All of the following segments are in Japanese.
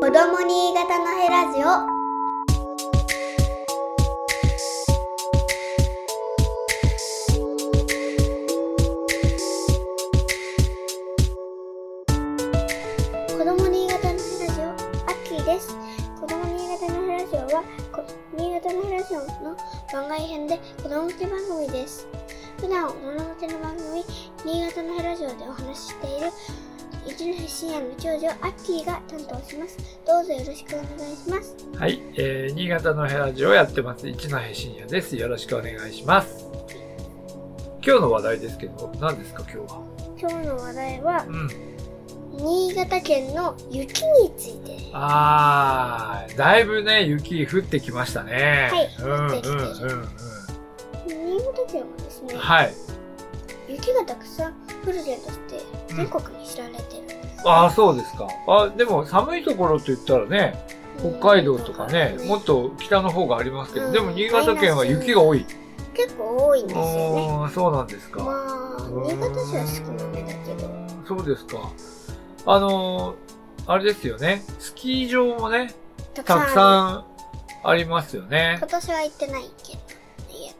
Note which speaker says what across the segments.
Speaker 1: 子供新潟のヘラジオ子供新潟のヘラジオアッキーです子供新潟のヘラジオはこ新潟のヘラジオの番外編で子供向け番組です普段大人向けの番組新潟のヘラジオでお話ししている一ノ瀬深夜の長女アッキーが担当しますどうぞよろしくお願いします
Speaker 2: はい、えー新潟のヘラジオやってます一戸信也です。よろしくお願いします。今日の話題ですけど、何ですか今日は。
Speaker 1: 今日の話題は
Speaker 2: うん。
Speaker 1: 新潟県の雪について
Speaker 2: あー、だいぶね、雪降ってきましたね。
Speaker 1: はい
Speaker 2: うん
Speaker 1: 降ってきてる
Speaker 2: うんうん
Speaker 1: 新潟県はですね
Speaker 2: うん。はい。
Speaker 1: 雪がたくさん降る県として全国に知られてるんです、
Speaker 2: あー、そうですか。あ、でも寒いところと言ったらね、北海道とかね、もっと北の方がありますけど、
Speaker 1: うん
Speaker 2: でも新潟県は雪が多い。
Speaker 1: 結構多いんですよね
Speaker 2: あー、そうなんですか。
Speaker 1: まあ新潟市は少なめだけど
Speaker 2: そうですか。あのーあれですよね。スキー場もね、
Speaker 1: たくさん
Speaker 2: たくさんありますよね
Speaker 1: 今。年は行ってないけどやっ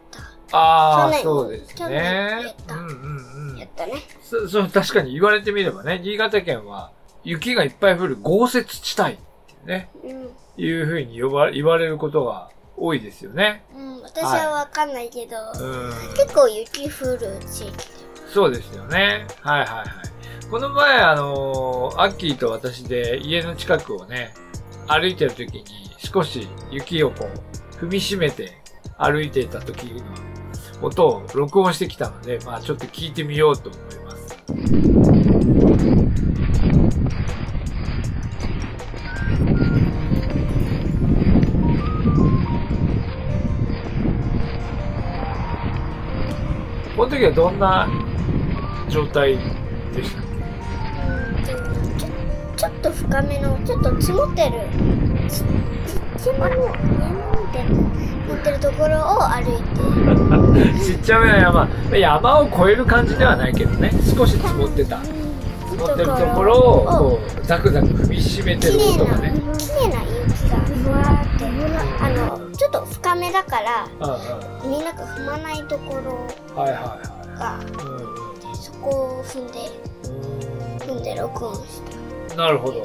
Speaker 1: た
Speaker 2: ああ、
Speaker 1: 去
Speaker 2: そう
Speaker 1: 年
Speaker 2: ですね。
Speaker 1: 去
Speaker 2: う
Speaker 1: 年
Speaker 2: んうんう
Speaker 1: や
Speaker 2: ん
Speaker 1: っ。たね
Speaker 2: そそう、確かに言われてみればね、新潟県は雪がいっぱい降る豪雪地帯っていうね、
Speaker 1: う
Speaker 2: いうふうに呼ば言われることが多いですよね。
Speaker 1: ん、うん、私はわかんないけど、
Speaker 2: うん。
Speaker 1: 結構雪降る地域
Speaker 2: そうですよね。はいはいはい。この前、あのーアッキーと私で家の近くをね、歩いてる時に少し雪をこう、踏みしめて歩いていた時の音を録音してきたので、まあちょっと聞いてみようと思います。この時はどんな状態でした
Speaker 1: うんでもちょちょっと深めのちょっと積もってるちちちもの山みたいな持ってるところを歩いて
Speaker 2: ちっちゃめな山。山を越える感じではないけどね、少し積もってた。
Speaker 1: 積
Speaker 2: 積もってるところをこう、ザクザク踏みしめて
Speaker 1: 綺
Speaker 2: る
Speaker 1: 麗
Speaker 2: 音
Speaker 1: な
Speaker 2: がね。
Speaker 1: 綺麗な雪がふわーってあのちょっと深めだから
Speaker 2: うんうん
Speaker 1: みんなが踏まないところ
Speaker 2: はいはいは
Speaker 1: が
Speaker 2: い。うん
Speaker 1: でそこを踏んで踏んで録音した
Speaker 2: なるほど。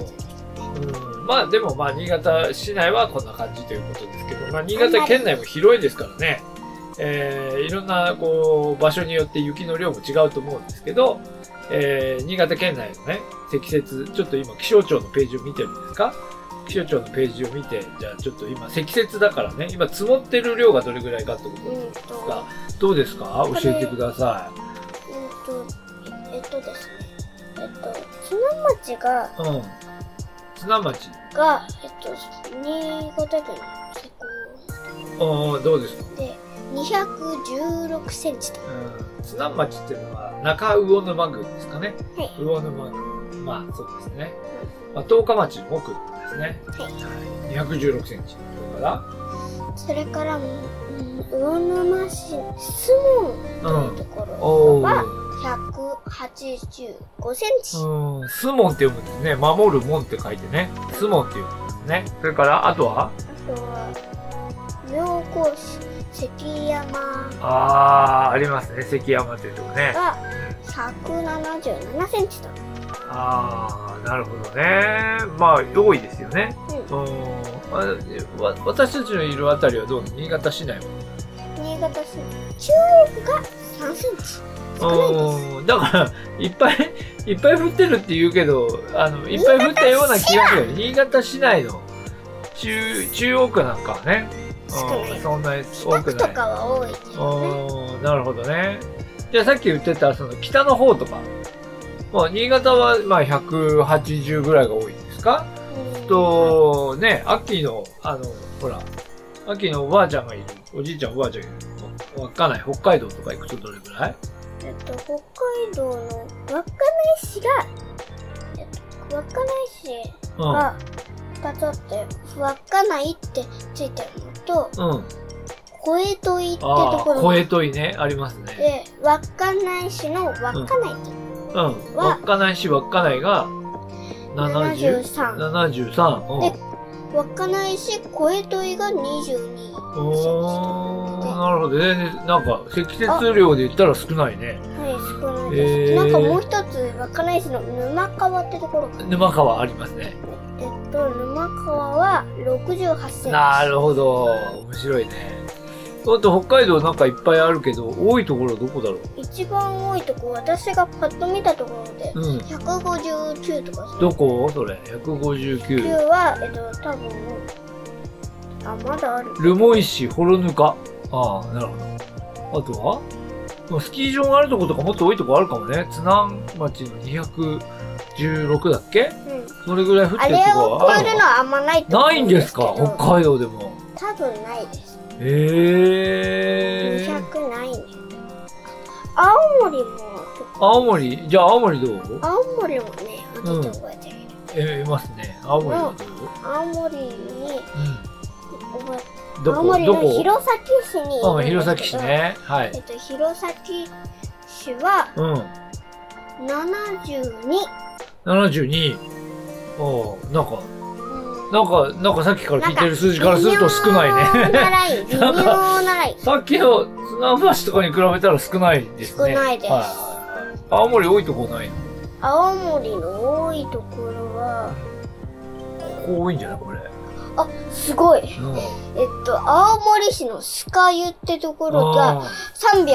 Speaker 2: うん、まあでもまあ新潟市内はこんな感じということですけど、まあ、新潟県内も広いですからね、えーいろんなこう場所によって雪の量も違うと思うんですけど、えー新潟県内のね積雪ちょっと今気象庁のページを見てるんですか気象庁のページを見てじゃあちょっと今積雪だからね今積もってる量がどれぐらいかってことです
Speaker 1: うんと
Speaker 2: がどうですか
Speaker 1: これ
Speaker 2: 教えてくださ
Speaker 1: うんとえっとですねえっと津南町が
Speaker 2: い。うん。津南町。
Speaker 1: が、えっと、新潟県の施
Speaker 2: うんうん、どうですか、
Speaker 1: 工で216センチと。
Speaker 2: うん、津南町っていうのは中魚沼郡ですかね。
Speaker 1: はい。
Speaker 2: 魚沼郡。まあそうですね。まあ、十日町の奥ですね。はい。216センチ。それか
Speaker 1: それから、うん魚沼市の
Speaker 2: ら、
Speaker 1: 相撲といううとこ
Speaker 2: ん。
Speaker 1: ろ
Speaker 2: お
Speaker 1: は
Speaker 2: ー。
Speaker 1: 185センチ。
Speaker 2: うん、スモンって読むんですね。守る門って書いてね。スモンって読むんですね。それから、あとは
Speaker 1: あとは、妙高市関山
Speaker 2: あー、ありますね。関山っていうとこね。
Speaker 1: が177センチと。
Speaker 2: ああ、なるほどね。まあ、多いですよね。
Speaker 1: う
Speaker 2: うん。あわ私たちのいるあたりはどう新潟市内は。
Speaker 1: 新潟市の中央区が3センチ。少ないです。
Speaker 2: うん。だから、いっぱい、 いっぱい降ってるって言うけど、あの、いっぱい降ったような気がする。新潟市内の中、中央区なんかはね。
Speaker 1: 少ない
Speaker 2: うん。そんなに多
Speaker 1: 北
Speaker 2: く
Speaker 1: 区
Speaker 2: な
Speaker 1: と
Speaker 2: い。
Speaker 1: かは多いけどね。
Speaker 2: うん、なるほどね。じゃあさっき言ってた、その北の方とか。まあ、新潟は、まあ、180ぐらいが多いですか
Speaker 1: うん
Speaker 2: と、ね、秋の、あの、ほら、秋のおばあちゃんがいる、おじいちゃんおばあちゃんがいる、わ稚内、北海道とか行くとどれぐらい
Speaker 1: えっと、北海道の稚内市が、えっと、稚内市
Speaker 2: う
Speaker 1: が2つあって、稚内ってついてるのと、
Speaker 2: ん。うん。
Speaker 1: 小江戸井ってと
Speaker 2: ああ
Speaker 1: こ
Speaker 2: ー、
Speaker 1: ろ
Speaker 2: 小江戸いね、ありますね。
Speaker 1: で、稚内市の稚内って、
Speaker 2: うん。
Speaker 1: は
Speaker 2: 稚内市稚内が、 70
Speaker 1: 73
Speaker 2: 73うん
Speaker 1: で稚内市小江戸井が22
Speaker 2: おーなるほど全然なんか積雪量で言ったら少ないね
Speaker 1: はい少ないです、
Speaker 2: えー
Speaker 1: なんかもう一つ稚内市の沼川ってところ
Speaker 2: 沼川ありますね
Speaker 1: えっと沼川は68センチ
Speaker 2: なるほど面白いねだって北海道なんかいっぱいあるけど多いところどこだろう
Speaker 1: 一番多いとこ私がパッと見たところで
Speaker 2: うん
Speaker 1: 159とかですね
Speaker 2: どこそれ159
Speaker 1: 9はえっと多分あまだある
Speaker 2: 留萌市ホロヌカああなるほどあとはでもスキー場があるとことかもっと多いとこあるかもね津南町の216だっけ
Speaker 1: うん
Speaker 2: それぐらい降って
Speaker 1: あ
Speaker 2: る
Speaker 1: れ
Speaker 2: とこ
Speaker 1: を超
Speaker 2: はあ
Speaker 1: え
Speaker 2: る
Speaker 1: るのはあんまないと思う
Speaker 2: ないんですか
Speaker 1: けど
Speaker 2: 北海道でも
Speaker 1: 多分ないです
Speaker 2: ええー、
Speaker 1: 200ないね青森も
Speaker 2: 青森じゃあ青森どう
Speaker 1: 青森もねあちょっと覚えてる、
Speaker 2: えいますね青森はどう、
Speaker 1: 青森に覚え
Speaker 2: うん、ど
Speaker 1: 青
Speaker 2: こ
Speaker 1: 森の
Speaker 2: ど
Speaker 1: 弘前
Speaker 2: こ
Speaker 1: 市にいるん
Speaker 2: うん、
Speaker 1: ですけど
Speaker 2: 弘前市ねはい
Speaker 1: えっと弘前市は
Speaker 2: うん
Speaker 1: 72、
Speaker 2: 72おうなんか
Speaker 1: うん
Speaker 2: なんか、なんかさっきから聞いてる数字からすると少ないね。
Speaker 1: ね。微妙なライン、微妙なライン。
Speaker 2: さっきの綱橋とかに比べたら少ないですね。
Speaker 1: 少ないです
Speaker 2: はいはいはい青森多いとこないの
Speaker 1: 青森の多いところは、
Speaker 2: ここ多いんじゃないこれ。
Speaker 1: あ、すごい。え
Speaker 2: う
Speaker 1: っ
Speaker 2: ん。
Speaker 1: と、青森市の酸ヶ湯ってところが
Speaker 2: あ
Speaker 1: 317。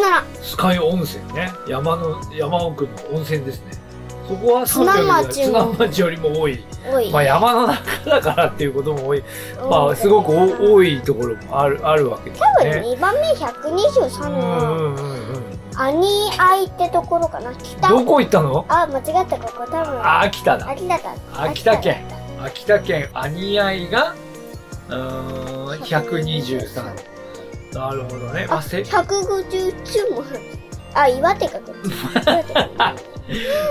Speaker 2: ースカイ温泉ね。山の、山奥の温泉ですね。そこは
Speaker 1: 津南町
Speaker 2: 津
Speaker 1: の
Speaker 2: 南町よりも多い。
Speaker 1: 多い。
Speaker 2: まあ山の中だからっていうことも多い。まあすごく
Speaker 1: い。
Speaker 2: お多いところもある、あるわけです
Speaker 1: 多分
Speaker 2: ね。
Speaker 1: 2番目123
Speaker 2: うん
Speaker 1: の、
Speaker 2: うんうんうん。
Speaker 1: アニアイってところかな。北。
Speaker 2: どこ行ったの
Speaker 1: あ、間違った、ここ多分。
Speaker 2: あ、秋田だ。
Speaker 1: 秋田だ。
Speaker 2: 秋田県。秋田県アニアイが、うーん、123。なるほどね。ま
Speaker 1: あ、
Speaker 2: あ、せ
Speaker 1: 159もある。あ、岩手か、こっち。 岩手か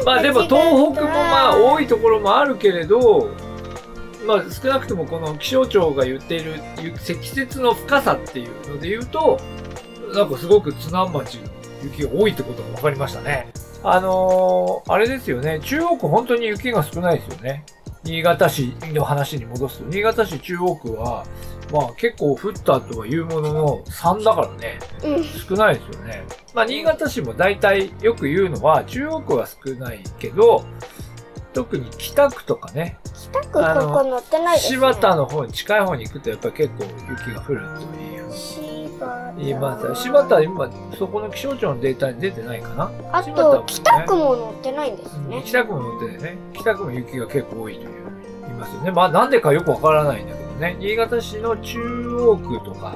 Speaker 2: まあでも
Speaker 1: 間違った
Speaker 2: 東北もまあ多いところもあるけれど、まあ少なくともこの気象庁が言っているゆ積雪の深さっていうので言うと、なんかすごく津南町の雪が多いってことが分かりましたね。あのーあれですよね。中央区本当に雪が少ないですよね。新潟市の話に戻すと、新潟市中央区は、まあ結構降ったとは言うものの3だからね。
Speaker 1: うん。
Speaker 2: 少ないですよね。まあ、新潟市も大体よく言うのは、中央区は少ないけど、特に北区とかね、
Speaker 1: 北区ここ乗ってないです、ね。
Speaker 2: 柴田の方に近い方に行くと、やっぱり結構雪が降るという
Speaker 1: 柴
Speaker 2: 言いますよ。柴田は今、そこの気象庁のデータに出てないかな。
Speaker 1: あ
Speaker 2: 柴田も
Speaker 1: と
Speaker 2: ね
Speaker 1: 北区も乗ってないんですね、
Speaker 2: 北区も乗ってね、北区も雪が結構多いという言いますよね。まあなんでかよくわからないんだけどね、新潟市の中央区とか、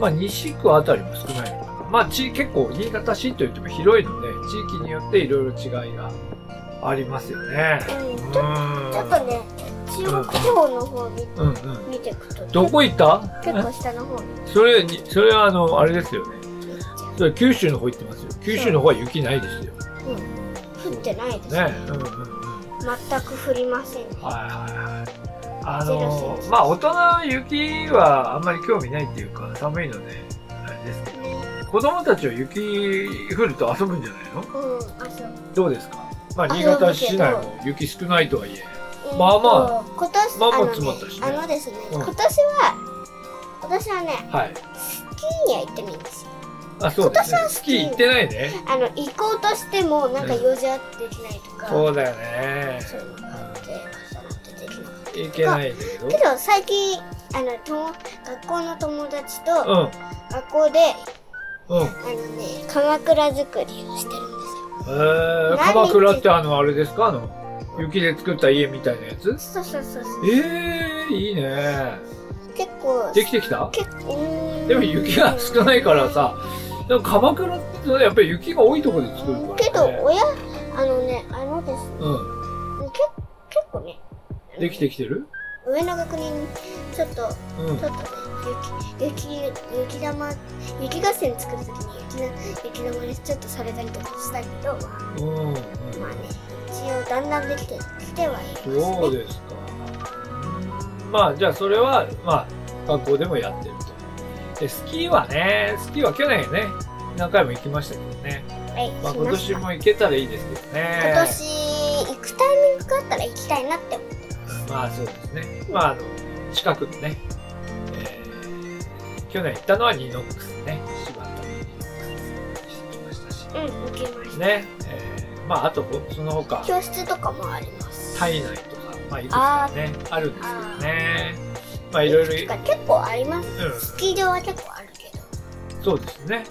Speaker 2: まあ西区あたりも少ないのかな。まあ地結構新潟市といっても広いので、地域によっていろいろ違いがありますよね。
Speaker 1: うん
Speaker 2: う
Speaker 1: ちょちょっと
Speaker 2: ーん。
Speaker 1: ね中国地方の方見
Speaker 2: うんうん。
Speaker 1: 見てくと
Speaker 2: どこ行った
Speaker 1: 結構下の方に
Speaker 2: それに、それはあの、あれですよね。
Speaker 1: 行っちゃ
Speaker 2: それ九州の方行ってますよ。九州の方は雪ないですよ。
Speaker 1: う、うん、降ってないですね
Speaker 2: ね。うんうんうん。
Speaker 1: 全く降りませんね
Speaker 2: はいはいはい。あ
Speaker 1: ゼロ
Speaker 2: の
Speaker 1: センチ
Speaker 2: まあ大人は雪はあんまり興味ないっていうか寒いのであれですけど子供たちは雪降ると遊ぶんじゃないの
Speaker 1: うんあそう
Speaker 2: どうですかまあ
Speaker 1: 遊ぶけ
Speaker 2: 新
Speaker 1: ど
Speaker 2: 潟市内も雪少ないとはいえまあま
Speaker 1: あ今年
Speaker 2: まあまあ
Speaker 1: の
Speaker 2: 積もったしね
Speaker 1: あのですね、
Speaker 2: うん
Speaker 1: 今年は今年はね
Speaker 2: はい
Speaker 1: スキーには行ってないんですよ
Speaker 2: あそうですね
Speaker 1: 今年は
Speaker 2: ス
Speaker 1: ス
Speaker 2: キ
Speaker 1: キ
Speaker 2: ー
Speaker 1: ー
Speaker 2: 行ってないね
Speaker 1: あの行こうとしてもなんか用事あってできないとか、
Speaker 2: そうだよね
Speaker 1: そういうのがあって重なってできなかった
Speaker 2: 行けないんだけど
Speaker 1: けど最近あのとも学校の友達と
Speaker 2: う
Speaker 1: 学校で
Speaker 2: んうん
Speaker 1: あのね鎌倉作りをしてるん
Speaker 2: えー、鎌倉ってあのあれですかあの雪で作った家みたいなやつ
Speaker 1: ですよそうそうそうそう
Speaker 2: ええいいね
Speaker 1: 結構
Speaker 2: できてきた
Speaker 1: 結構うーん
Speaker 2: でも雪が少ないからさ、でも鎌倉ってやっぱり雪が多いところで作るから、
Speaker 1: う
Speaker 2: ね
Speaker 1: ん。けど親あのねあのですね
Speaker 2: う
Speaker 1: け結構ね
Speaker 2: ん。できてきてる
Speaker 1: 上の学年にちょっとちょっ
Speaker 2: うん。
Speaker 1: とね雪雪雪玉雪合戦作るときに雪な雪玉にちょっとされたりとかしたけどまあ
Speaker 2: うん。うん
Speaker 1: まあね一応だんだんできてきてはいますね
Speaker 2: そうですか。まあ、じゃあそれは、まあ、学校でもやってると。で、スキーはね、スキーは去年ね、何回も行きましたけどね。
Speaker 1: はい、
Speaker 2: まあ
Speaker 1: しま
Speaker 2: 今
Speaker 1: した
Speaker 2: 年も行けたらいいですけどね。
Speaker 1: 今年行くタイミングかだったら行きたいなって思って
Speaker 2: まあそうですね。まああの近くのね、えー去年行ったのはニノックスね、柴田のニノックスに行きましたし、
Speaker 1: うん受けました、
Speaker 2: ね、えーまああとその他
Speaker 1: 教室とかもあります
Speaker 2: 体内とかまあいくつかねあるんですけどね、まあいろいろ
Speaker 1: くつか結構あります
Speaker 2: うん
Speaker 1: スキー場は結構あるけど
Speaker 2: そうですね。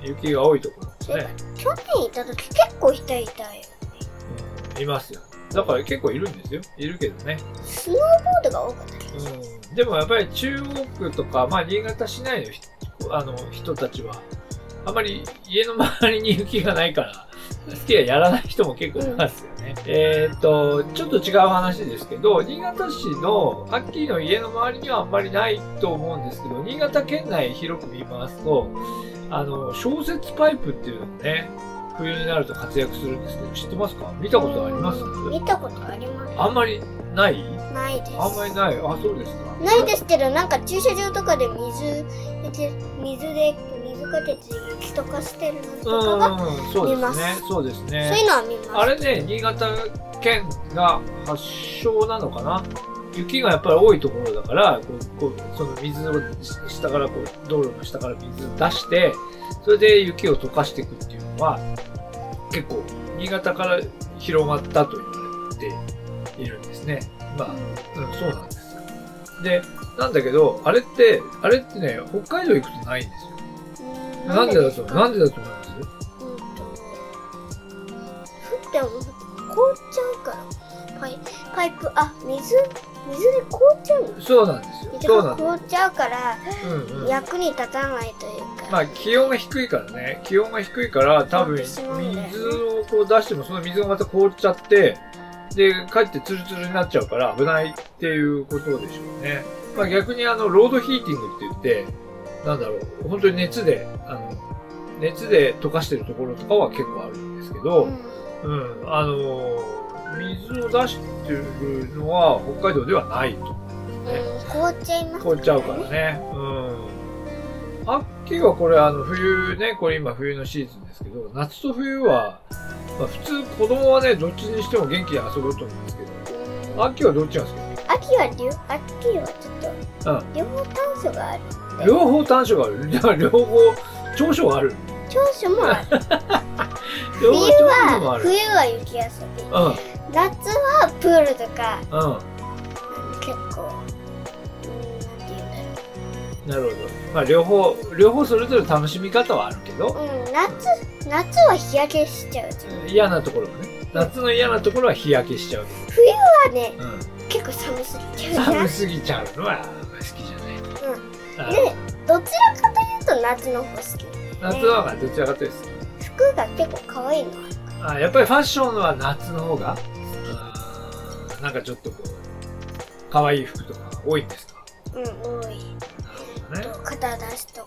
Speaker 2: うん、雪が多いところです
Speaker 1: そういえ
Speaker 2: ね
Speaker 1: ば、去年行った時結構人いたよ
Speaker 2: うんいますよ。だから結構いるんですよ。いるけどね。
Speaker 1: スノーボードが多かったけど
Speaker 2: うん、でもやっぱり中央区とか、まあ、新潟市内の人あの人たちは、あまり家の周りに雪がないから、スキーはやらない人も結構いますよね。えーっと、ちょっと違う話ですけど、新潟市のアッキーの家の周りにはあんまりないと思うんですけど、新潟県内広く見ますと、あの、小雪パイプっていうのがね、冬になると活躍するんですけど、知ってますか見たことあります
Speaker 1: 見たことあります
Speaker 2: あんまりない
Speaker 1: ないです
Speaker 2: あんまりない。あ、そうですか。
Speaker 1: ないですけどなんか駐車場とかで水で水で水かけて雪とかしてるのとかが、
Speaker 2: うん、そうで
Speaker 1: 見ますす
Speaker 2: ね。そうです
Speaker 1: そうい
Speaker 2: ね。
Speaker 1: うのは見ます
Speaker 2: あれね、新潟県が発祥なのかな。雪がやっぱり多いところだから、こう、こうその水を下からこう、道路の下から水出して、それで雪を溶かしていくっていうのは、結構、新潟から広がったと言われているんですね。まあ、うん、そうなんですよ。で、なんだけど、あれって、あれってね、北海道行くとないんですよ。
Speaker 1: うん
Speaker 2: なんでだと、
Speaker 1: な
Speaker 2: なんん
Speaker 1: で
Speaker 2: でだと思います
Speaker 1: うんと降っても凍っちゃうからパイパイプあ水水で凍っちゃうの
Speaker 2: そうなんですよ。
Speaker 1: 水
Speaker 2: そうな
Speaker 1: が
Speaker 2: んで
Speaker 1: 凍っちゃうから
Speaker 2: す。うんうん。
Speaker 1: 役に立たないというか、
Speaker 2: まあ気温が低いからね、気温が低いから多分水をこう出してもその水がまた凍っちゃって、で、帰ってツルツルになっちゃうから危ないっていうことでしょうね。まあ逆にあの、ロードヒーティングって言って、なんだろう、本当に熱で、あの、熱で溶かしてるところとかは結構あるんですけど、
Speaker 1: うん
Speaker 2: うん、あのー水を出してるのは北海道ではない
Speaker 1: う
Speaker 2: と。
Speaker 1: ん凍っちゃいますね
Speaker 2: 凍っちゃうからね。うん。アッキーはこれあの冬ね、これ今冬のシーズンですけど、夏と冬は、まあ、普通子供はね、どっちにしても元気に遊ぶと思うんですけ
Speaker 1: うん
Speaker 2: ど、アッキーはどっちが好き
Speaker 1: 秋はりゅ秋はちょっと、
Speaker 2: う
Speaker 1: 両方短所がある
Speaker 2: 両方短所がある。 じゃあ両方長所がある。
Speaker 1: 長所もある
Speaker 2: 両
Speaker 1: 冬
Speaker 2: 方長所もあ
Speaker 1: は
Speaker 2: る。
Speaker 1: 冬は雪遊び夏はプールとか
Speaker 2: うん、うん。
Speaker 1: 結構うんなんて言うんだ
Speaker 2: なるほど。まあ両方、両方それぞれ楽しみ方はあるけど、
Speaker 1: ろう、うん、夏夏は日焼けしちゃうじゃん
Speaker 2: 嫌なところもね。夏の嫌なところは日焼けしちゃう。
Speaker 1: まあね
Speaker 2: うん。
Speaker 1: 結構寒すぎちゃうじゃん
Speaker 2: 寒すぎちゃうのはあんまり好きじゃない。あの
Speaker 1: でどちらかというと夏の方好き
Speaker 2: 夏の方がどちらかというと好き
Speaker 1: 服が結構可愛いのある
Speaker 2: あやっぱりファッションは夏の方があーなんかちょっとこう可愛い服とか多いんですか
Speaker 1: うん多い
Speaker 2: なるほどね
Speaker 1: と肩出しとか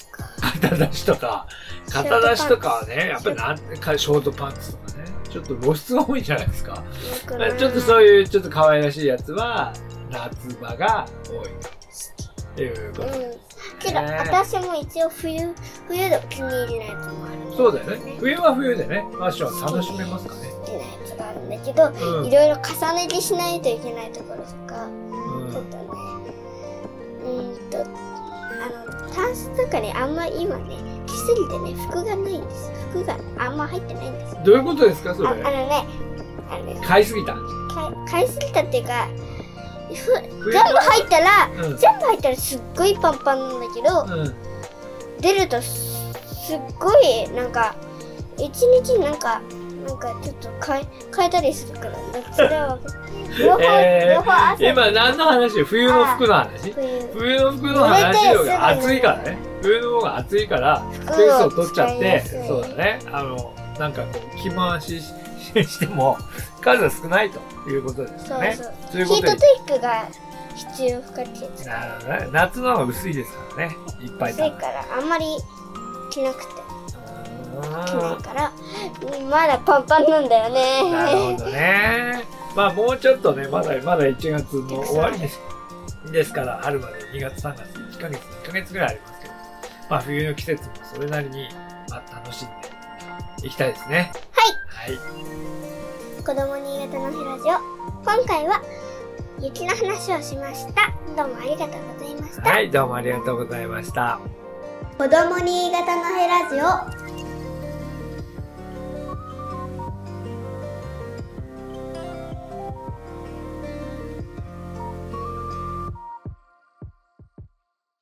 Speaker 2: 肩出しとか 肩出しとかはねやっぱりなんかショートパンツとかねちょっと露出が多いんじゃないですか
Speaker 1: よく
Speaker 2: ま
Speaker 1: な
Speaker 2: あ
Speaker 1: い
Speaker 2: ちょっとそういうちょっと可愛らしいやつは夏場が多いというこ
Speaker 1: う
Speaker 2: と、
Speaker 1: んけど、
Speaker 2: ね
Speaker 1: 私も一応冬冬でお気に入りのやつもある
Speaker 2: そうだよね冬は冬でねファッションは楽しめますかね
Speaker 1: 好きなやつがあるんだけど、
Speaker 2: うん
Speaker 1: いろいろ重ね着しないといけないところとか、
Speaker 2: うん
Speaker 1: ちょっとねうーんとあのタンスとかねあんま今ね着すぎてね服がないんです服があんま入ってないんです
Speaker 2: どういうことですかそ
Speaker 1: ああの
Speaker 2: れ
Speaker 1: ねあのね
Speaker 2: 買いすぎた
Speaker 1: 買い買いすぎたっていうかふ
Speaker 2: 冬
Speaker 1: 全部入ったら
Speaker 2: うん
Speaker 1: 全部入ったらすっごいパンパンなんだけど、
Speaker 2: うん
Speaker 1: 出るとすすっごいなんか一日なんかなんかちょっと変え変えたりするからそれは分かる両方、
Speaker 2: えー
Speaker 1: 両方汗
Speaker 2: 今何の話冬の服の話
Speaker 1: 冬
Speaker 2: 冬の服の話の方が暑いからね冬の方が暑いから
Speaker 1: 服
Speaker 2: 水素を取っちゃっ
Speaker 1: 使い
Speaker 2: て
Speaker 1: やすい
Speaker 2: そうだねあのなんかこう着回しししても数が少ないということです
Speaker 1: そ
Speaker 2: よ
Speaker 1: う
Speaker 2: ね
Speaker 1: そう、
Speaker 2: というこ
Speaker 1: ヒー
Speaker 2: と
Speaker 1: ト
Speaker 2: で
Speaker 1: テックが必要不可欠だ
Speaker 2: なるほどね夏の方が薄いですからねいっぱい
Speaker 1: 薄いからあんまり着なくて着な
Speaker 2: う
Speaker 1: いからまだパンパンなんだよ
Speaker 2: ーんなる
Speaker 1: ね
Speaker 2: ほどねまあもうちょっとねまだまだ1月の終わりですですから春まで2月3月1ヶ月1ヶ月ぐらいありますけどまあ冬の季節もそれなりに、まあ、楽しんでいきたいですねはい
Speaker 1: 子供新潟のヘラジオ。今回は雪の話をしました。どうもありがとうございました。
Speaker 2: はい、どうもありがとうございました。
Speaker 1: 子供新潟のヘラジオ。